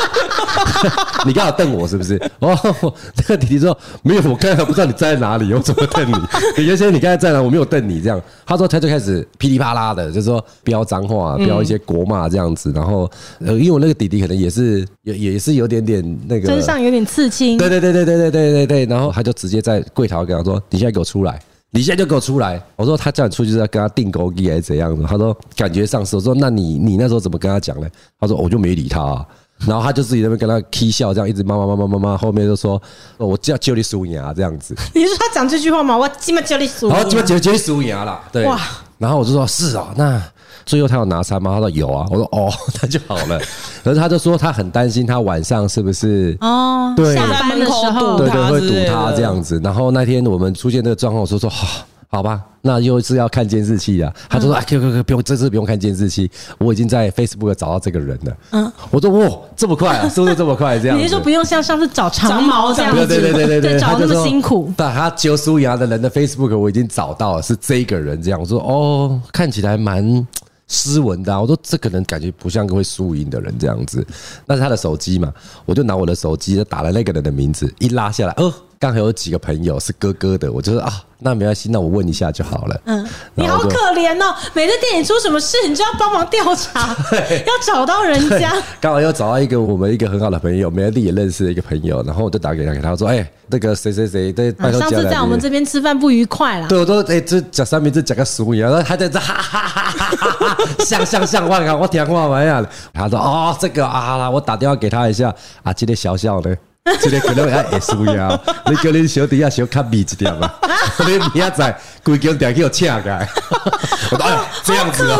S2: 你刚好瞪我是不是？”哦， 那个弟弟说：“没有，我刚才不知道你站在哪里，我怎么瞪你？ 李先生，你刚才在哪？我没有瞪你。”这样，他说他就开始噼里啪啦的，就是说飙脏话、飙一些国骂这样子。然后，呃，因为我那个弟弟可能也是也也是有点点那个
S1: 身上有点刺青，
S2: 对对对对对对对对对，然后他就直接在柜台跟他说：“你现在给我出来，你现在就给我出来。”我说：“他叫你出去是要跟他定勾机还是怎样的？”他说：“感觉上是。”我说：“那你你那时候怎么跟他讲呢？”他说：“我就没理他、啊。”然后他就自己在那边跟他 k 笑，这样一直骂骂骂骂骂骂，后面就说：“哦我叫叫你输赢啊，这样子。”
S1: 你是说他讲这句话吗？我今晚叫你数
S2: 然后基本解决输赢啦，对
S1: 哇。
S2: 然后我就说：“是啊，那最后他有拿餐吗？”他说：“有啊。”我说：“哦，那就好了。”可是他就说他很担心他晚上是不是
S1: 哦，
S2: 对
S1: 下班的时候
S2: 对对，
S3: 他
S2: 会
S3: 之
S2: 堵
S3: 类
S2: 他
S3: 的
S2: 这样子。然后那天我们出现这个状况，我说说好。好吧，那又是要看监视器啊。他就说：“哎，可以可以可以不用，这次不用看监视器，我已经在 Facebook 找到这个人了。”嗯，我说：“哇，这么快啊，速度这么快，这样子。”
S1: 你是说不用像上次找长
S3: 长毛
S1: 毛这样
S3: 这
S1: 子，
S3: 样
S2: 对对对对对，
S1: 找
S2: 他
S1: 那
S2: 就
S1: 么
S2: 说
S1: 辛苦，
S2: 但他揪苏牙的人的 Facebook 我已经找到了，是这个人这样。我说哦，看起来蛮。斯文的、啊，我说这个人感觉不像个会输赢的人这样子。那是他的手机嘛，我就拿我的手机打了那个人的名字，一拉下来，哦，刚好有几个朋友是哥哥的，我就说啊，那没关系，那我问一下就好了。嗯，
S1: 你好可怜哦！每次电影出什么事，你就要帮忙调 查，要找到人家。啊
S2: 刚好又找到一个我们一个很好的朋友，梅丽也认识的一个朋友，然后我就打给他，给他说，哎、那个谁谁谁，对，拜
S1: 啊
S2: 托
S1: 上
S2: 叫
S1: 次
S2: 来
S1: 在我
S2: 你
S1: 们这边吃饭不愉快啦，
S2: 对，我都哎、欸，这讲三明治讲个俗语，然后他在这哈哈哈哈哈哈，像像像我讲我听话玩呀，他说哦这个啊啦，我打电话给他一下啊，今天小小 呢，今天可能哎要会输呀，啊你叫你小弟要小卡米一点嘛， 你明仔载规间店去我请来， 我说哎呦这样子啊。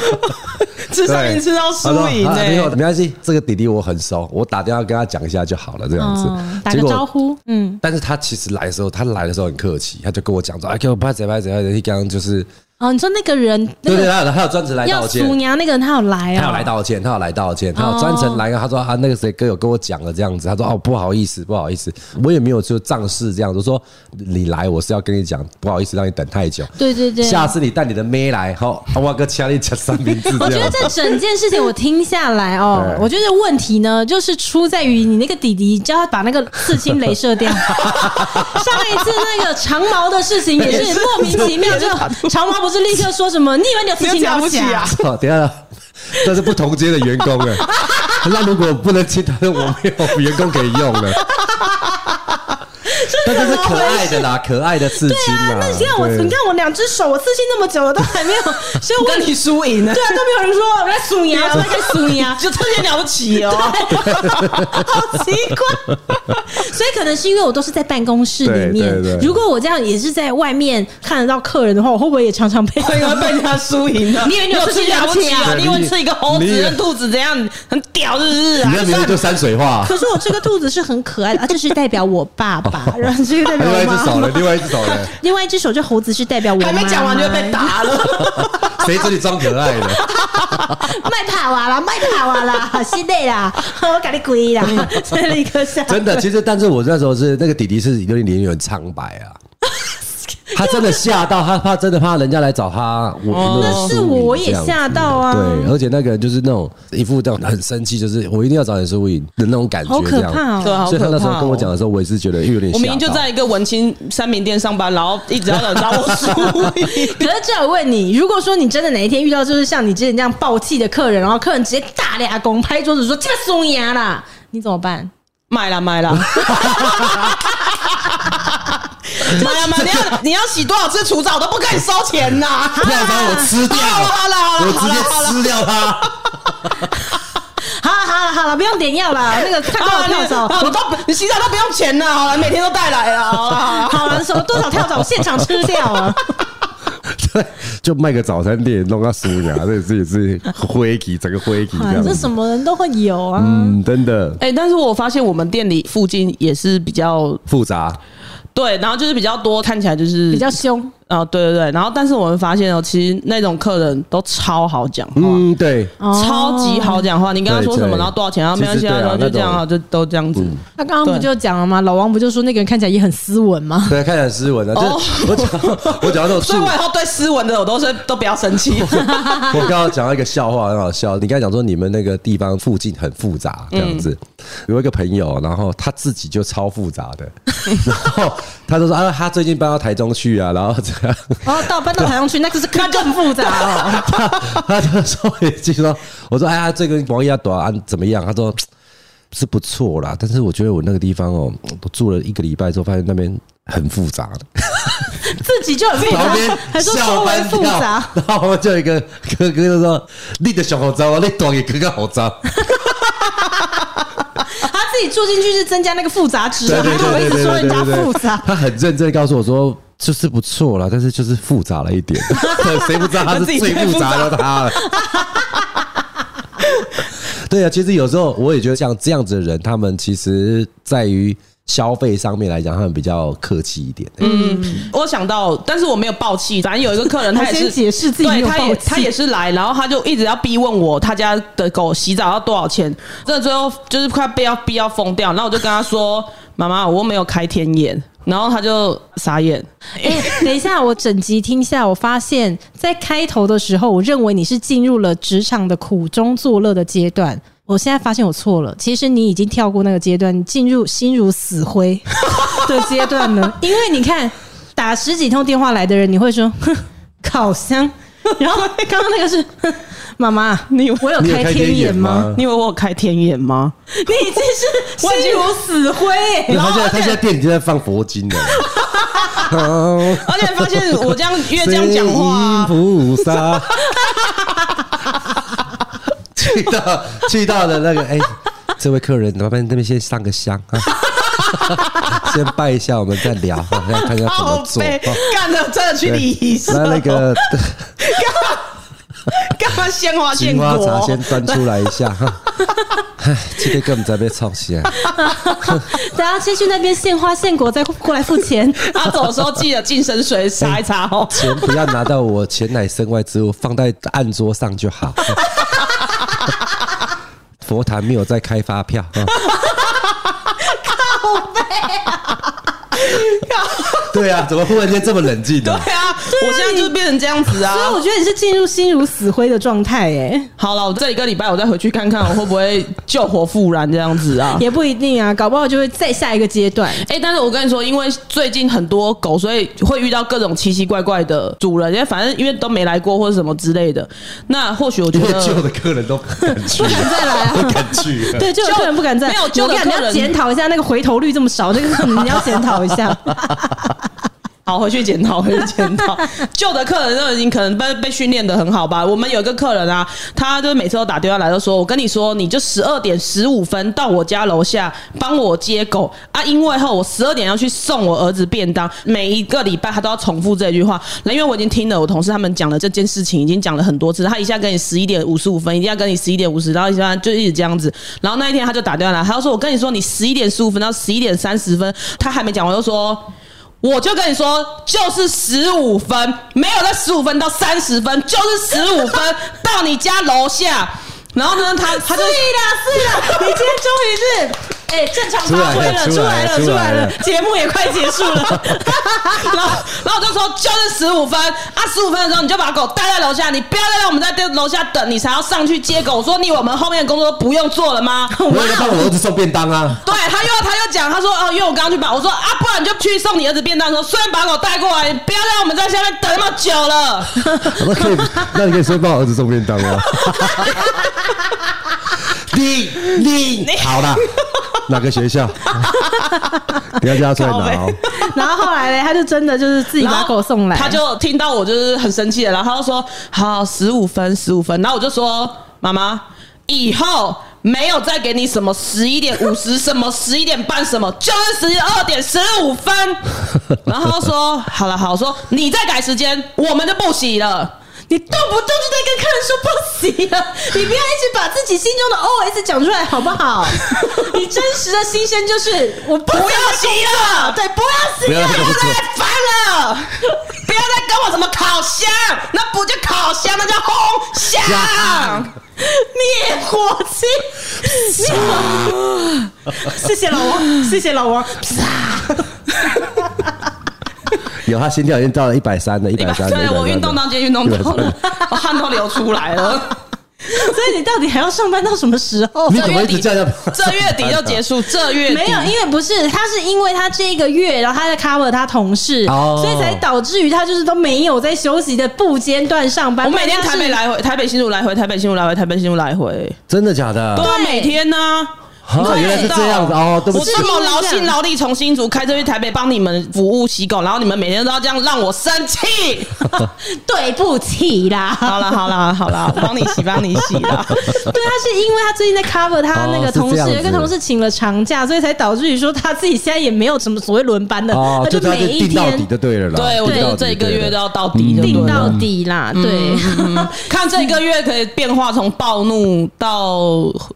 S3: 吃上面吃到输赢
S2: 他说啊
S3: 欸呢
S2: 没有，没关系，这个弟弟我很熟，我打电话跟他讲一下就好了，这样子
S1: 嗯，。打
S2: 结
S1: 个
S2: 果
S1: 招呼，嗯，
S2: 但是他其实来的时候，他来的时候很客气，他就跟我讲说：“哎，给我拍谁拍谁拍谁。”刚刚就是，
S1: 哦，你说那个人，那
S2: 对对，
S1: 个
S2: 他有他有专程来
S1: 要哦
S2: 道歉
S1: 苏，娘那个人，他有来啊，
S2: 他有来道歉，他有来道歉，他有专程来，他说：“啊，那个谁哥有跟我讲了这样子。”他说：“哦，不好意思，不好意思，我也没有就仗势这样子，我说你来我是要跟你讲，不好意思让你等太久。”
S1: 对对对。
S2: 下次你带你的妹来，好，啊我哥请你吃三明治。
S1: 我觉
S2: 这
S1: 得
S2: 样子
S1: 这整件事情我听下来哦，
S2: 对
S1: 我觉得问题呢，就是出在于你那个弟弟叫他把那个刺青镭射 掉。上一次那个长毛的事情也是莫名 其妙，就长毛不是立刻说什么？你以为你有刺青
S3: 你有
S1: 了
S3: 了
S1: 不
S3: 不
S1: 起
S3: 起
S1: 啊
S3: 啊？
S2: 哦，等一下，这是不同阶的员工 哎。那如果不能接，他说我没有员工可以 用了。但这是可爱的啦，可爱的刺
S1: 对
S2: 青
S1: 啊，
S2: 啦。
S1: 那你看我，
S2: 对
S1: 你看我两只手，我刺青那么久了都还没有，所以我
S3: 跟你输赢呢
S1: 对，啊都没有人说我在数牙，我在数牙，
S3: 就特别了不起哦。
S1: 好奇怪。所以可能是因为我都是在办公室里面
S2: 对对，对
S1: 如果我这样也是在外面看得到客人的话，我会不会也常常被？
S3: 会被人家输赢 的，
S1: 你以为你有吃了不起啊
S3: 你以为吃一个猴子跟兔子怎样很屌，是不是啊？
S2: 你那名字就山水画，
S1: 可是我这个兔子是很可爱的，啊，这是代表我爸爸，然后这个代表
S2: 另外
S1: 我
S2: 一只手
S1: 妈
S2: 呢
S1: 妈，，
S2: 另外一只手呢，
S1: 另外一只手这猴子是代表我妈
S3: 还
S1: 妈。
S3: 没讲完就被打了，
S2: 谁准你装可爱的？
S1: 卖跑啊啦，卖跑啊啦，心累啦， 我赶紧跪啦， 所以立刻下。
S2: 真的，其实但是我那时候是那个弟弟是有点脸有点苍白啊。他真的吓到，他怕真的怕人家来找他，我种
S3: 哦
S1: 那是
S2: 疏
S1: 我
S2: 离
S1: 我也
S2: 这样子
S1: 吓到啊
S2: 对，而且那个人就是那种一副这样很生气，就是我一定要找你输赢的那种感
S1: 好
S2: 觉，这
S1: 可
S2: 样。
S1: 怕哦！
S3: 好
S2: 所以他那时候跟我讲
S3: 哦。
S2: 的时候，我也是觉得有点吓
S3: 我
S2: 到。
S3: 明明就在一个文青三明店上班，然后一直要找我输赢，
S1: 可是，这我问你，如果说你真的哪一天遇到就是像你之前这样暴气的客人，然后客人直接大俩拱拍桌子说“这个松牙啦”，你怎么办？
S3: 卖了 卖了。买了买了，你要你要洗多少次除澡都不可以收钱 呐！
S2: 不要把我吃掉，
S3: 好了好
S2: 我
S3: 了
S2: 直
S3: 好了好
S2: 接
S3: 了
S2: 吃掉他。
S1: 好了好了好了，不用点药啦，那个看多少跳
S3: 啊
S1: 蚤，
S3: 你都不你洗澡都不用钱了，好了，每天都带来了，啊好了 好了。
S1: 好了，什么多少跳蚤，我现场吃掉啊！
S2: 对，就卖个早餐店，弄个苏牙，这这也是灰体，整个灰体 这
S1: 哎
S2: 样
S1: 这
S2: 子。
S1: 什么人都会有啊。
S2: 嗯，真的
S3: 哎、但是我发现我们店里附近也是比较
S2: 复杂。
S3: 对，然后就是比较多看起来就是
S1: 比较凶，
S3: 啊、对对对，然后但是我们发现哦，其实那种客人都超好讲话。
S2: 嗯，对，
S3: 超级好讲话，你跟他说什么，
S2: 对对
S3: 然后多少钱，然后没关系
S2: 其实对啊
S3: 啊，就这样啊，就都这样子。
S1: 他刚刚不就讲了吗？老王不就说那个人看起来也很斯文吗？
S2: 对，看起来很斯文的。这啊
S3: 哦
S2: 我讲到我讲到这种
S3: 所以
S2: 术
S3: 我以后对斯文的我都是都不要生气。
S2: 我刚刚讲到一个笑话，很好笑。你刚才讲说你们那个地方附近很复杂，这样子。有一个朋友，然后他自己就超复杂的， 然后他就说啊，他最近搬到台中去啊，然后这样，
S1: 哦，到搬到台上去，那个是那更复杂哦。
S2: 他他就说一句说，我说哎呀，这个王一亚朵啊怎么样？他说是不错啦，但是我觉得我那个地方哦，我住了一个礼拜之后，发现那边很复杂的。
S1: 自己就很复
S2: 旁
S1: 杂
S2: 边，
S1: 还说
S2: 笑
S1: 稍微
S2: 翻
S1: 复
S2: 掉
S1: 杂，，
S2: 然后我就有一个哥哥就说：“你的小好脏啊，你短给哥哥好脏。
S1: 他自己住进去是增加那个复杂”值
S2: 对
S1: 啊，
S2: 对
S1: 还好意
S2: 对对
S1: 思
S2: 对
S1: 说
S2: 对
S1: 人
S2: 对
S1: 家
S2: 对
S1: 复杂。
S2: 他很认真地告诉我说。就是不错啦，但是就是复杂了一点。谁不知道他是最复杂的他了？对啊，其实有时候我也觉得像这样子的人，他们其实在于消费上面来讲，他们比较客气一点。
S3: 我想到，但是我没有暴气。反正有一个客人，他也
S1: 还
S3: 是
S1: 先解释自己没
S3: 对，
S1: 有
S3: 他也
S1: 暴气
S3: 他也是来，然后他就一直要逼问我他家的狗洗澡要多少钱，真的最后就是快被要逼要疯掉。然后我就跟他说：“妈妈，我又没有开天眼。”然后他就傻眼，
S1: 哎、等一下，我整集听下，我发现，在开头的时候，我认为你是进入了职场的苦中作乐的阶段。我现在发现我错了，其实你已经跳过那个阶段，你进入心如死灰 的阶段了。因为你看，打十几通电话来的人，你会说哼烤箱，然后刚刚那个是哼妈妈，
S3: 你
S1: 我有
S2: 你有
S1: 开
S2: 开
S1: 天
S2: 天
S1: 眼
S2: 眼
S1: 吗
S2: 吗？
S3: 你以为我有开天 眼吗？
S1: 你已经是
S3: 我已
S1: 心
S3: 经
S1: 如死灰、
S2: 那他现在他现在店已经在放佛经了。哦
S3: 而且发现我这样越这样讲话啊、
S2: 观音菩 萨，去到去到的那个哎、这位客人，麻烦那边先上个香啊， 先拜一下，我们再聊，啊、来看一下怎
S3: 靠
S2: 么做。
S3: 背
S2: 啊
S3: 干的真的去理医生，
S2: 那那个
S3: 干嘛鲜花
S2: 金
S3: 见
S2: 花茶
S3: 果
S2: 先？端出来一下哈， 哎，这个根本在被吵起来。
S1: 大家先去那边现花现果，再过来付钱。
S3: 他走的时候记得净身水擦一擦哦。
S2: 钱不要拿到我钱乃身外之物，放在案桌上就 好。佛坛没有在开发票，啊、靠背、啊对啊，怎么忽然间这么冷静
S3: 对
S2: 呢、
S3: 啊，我现在就变成这样子啊。
S1: 所以我觉得你是进入心如死灰的状态，哎，
S3: 好了，我这一个礼拜我再回去看看我会不会救火复燃这样 子啊。
S1: 也不一定啊，搞不好就会再下一个阶 段。
S3: 哎、但是我跟你说，因为最近很多狗，所以会遇到各种奇奇怪怪的主人，因为反正因为都没来过或者什么之类的。那或许我觉
S2: 因为
S3: 得
S2: 旧的客人都不敢去，
S1: 不敢再来
S2: 不
S1: 啊！
S2: 敢去了。
S1: 对，就有客人不敢再，
S3: 没有就
S1: 我
S3: 有
S1: 跟你讲
S3: 客
S1: 你要
S3: 人
S1: 检讨一下那个回头率这么少，这个你 要检讨一下。
S3: 好，回去检讨，回去检讨。旧的客人都已经可能被被训练的很好吧。我们有一个客人啊，他就每次都打电话来，就说：“我跟你说，你就十二点十五分到我家楼下帮我接狗啊，因为后我十二点要去送我儿子便当。”每一个礼拜他都要重复这句话，那因为我已经听了我同事他们讲的这件事情，已经讲了很多次。他一下跟你十一点五十五分，一下跟你十一点五十，然后一下就一直这样子。然后那一天他就打电话来，他就说：“我跟你说，你十一点十五分到十一点三十分，他还没讲完，我就说。”我就跟你说，就是十五分，没有在十五分到三十分，就是十五分到你家楼下。然后呢， 他他就
S1: 是的，你今天 终于是。哎、正常
S2: 发挥了出来了出来了出来了
S1: 节目也快结束 了。
S3: 然后然后我就说就是十五分啊，十五分的时候你就把狗带在楼下，你不要再让我们在楼下等，你才要上去接狗。我说你以为我们后面的工作都不用做了吗？
S2: 我也在帮我儿子送便当啊，
S3: 对他又他又讲，他说哦，因为我刚刚去把，我说啊，不然你就去送你儿子便当的时候，虽然把狗带过来，你不要让我们在下面等那么久 了。
S2: 那可以，那你可以先帮我儿子送便当啊。 你你好 啦，哪个学 校？你要叫他出来拿哦。
S1: 然后后来呢，他就真的就是自己
S3: 然
S1: 把
S3: 后
S1: 狗送来，
S3: 他就听到我就是很生气了，然后他就说好十五分十五分，然后我就说妈妈以后。没有再给你什么十一点五十什么十一点半什么，就是十二点十五 分。然后他就说好了好，我说你再改时间，我们就不洗了。
S1: 你动不动就在跟客人说不行了，你不要一直把自己心中的 OS 讲出来好不好？ 你真实的心声就是我不
S3: 不
S1: 要
S3: 要洗了，
S1: 对，不要死啊
S2: 不要
S1: 了，
S2: 再工作
S3: 太烦了，不要要再跟我什么烤箱，那不叫烤箱，那叫烘箱，灭火 器。
S1: 谢谢老王，谢谢老王。
S2: 有他心跳已经到了一百三了，一百三了。
S3: 对，我运动到今天运动到了，
S2: 哎
S3: 我汗都流出来了。
S1: 所以你到底还要上班到什么时候？
S2: 你怎么一直这样？
S3: 这月底 就结束，这月底
S1: 没有，因为不是，他是因为他这个月，然后他在 cover 他同事，
S2: 哦
S1: 所以才导致于他就是都没有在休息的不间断上班。
S3: 我每天
S1: 不然他
S3: 台
S1: 是
S3: 北来回，台北新竹来回，台北新竹来回，台北新竹来回，
S2: 真的假的
S3: 都？要每天呢、
S2: 啊，原来是这样子哦，对不
S3: 我
S2: 起
S3: 这么劳心劳力从新竹开车去台北帮你们服务洗狗，然后你们每天都要这样让我生气。
S1: 对不起啦。
S3: 好啦好啦好啦，我帮你洗，帮你洗啦。
S1: 对，他是因为他最近在 cover 他那
S2: 哦
S1: 个
S2: 是
S1: 同事，
S2: 这样
S1: 有一个
S2: 子
S1: 同事请了长假，所以才导致于说他自己现在也没有什么所谓轮班的，
S2: 哦，
S1: 他
S2: 就这样
S1: 每
S2: 就
S1: 一
S2: 定到底
S1: 天
S2: 就对了啦。
S3: 对，我觉
S2: 定到
S3: 得
S2: 底
S3: 这一
S2: 就
S3: 个
S2: 对
S3: 月
S2: 了
S3: 都要到底
S2: 嗯
S3: 就对
S1: 定
S3: 了
S1: 到底啦。对，嗯
S3: 看这一个月可以变化，从暴怒到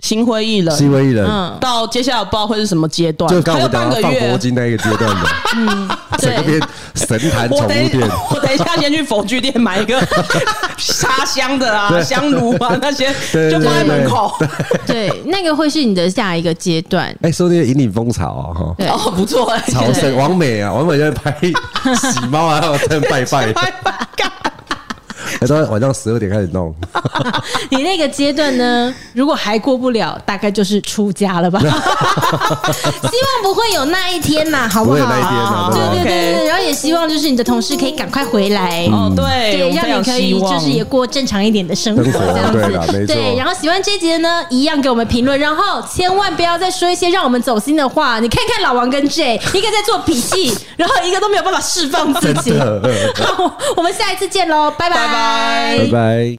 S3: 心灰意
S2: 是因
S3: 冷，
S2: 为一人，
S3: 到接下来不知道会是什么阶段，
S2: 就刚
S3: 还
S2: 我们
S3: 有
S2: 讲
S3: 半个
S2: 到放佛
S3: 月。
S2: 经那一个阶段的， 整个变神坛宠
S3: 嗯我
S2: 物
S3: 等一
S2: 店。
S3: 我等一下先去佛具店买 一个插香的啊、香炉啊那些，
S2: 对对
S3: 就放在门口。
S1: 对，那个会是你的下一个阶段。
S2: 哎，说那个引领风潮哦，哈。
S1: 对
S3: 哦，不错哎，
S2: 朝圣，王美啊，王美在拍洗猫啊，然后在拜 拜，他到晚上十二点开始弄，
S1: 你那个阶段呢，如果还过不了，大概就是出家 了吧？希望不会有那一天呐、好
S2: 不
S1: 不好？
S2: 会有那一天啊，
S3: 好
S2: 对
S3: 好
S2: 不
S1: 对对对
S2: 对？
S3: OK
S1: 对，然后也希望就是你的同事可以赶快回来。
S2: 嗯
S3: 哦，对，
S1: 对，
S3: 我非
S1: 让
S3: 常
S1: 你可以
S3: 希望
S1: 就是也过正常一点的生活，
S2: 生活
S1: 这样
S2: 对啦
S1: 子。
S2: 没错
S1: 对，然后喜欢这一集的呢，一样给我们评论，然后千万不要再说一些让我们走心的话。你看看老王跟 J，一个在做脾 气，然后一个都 没有办法释放自己。
S2: 真的，
S1: 好，我们下一次见喽，拜
S3: 拜拜
S2: 拜拜。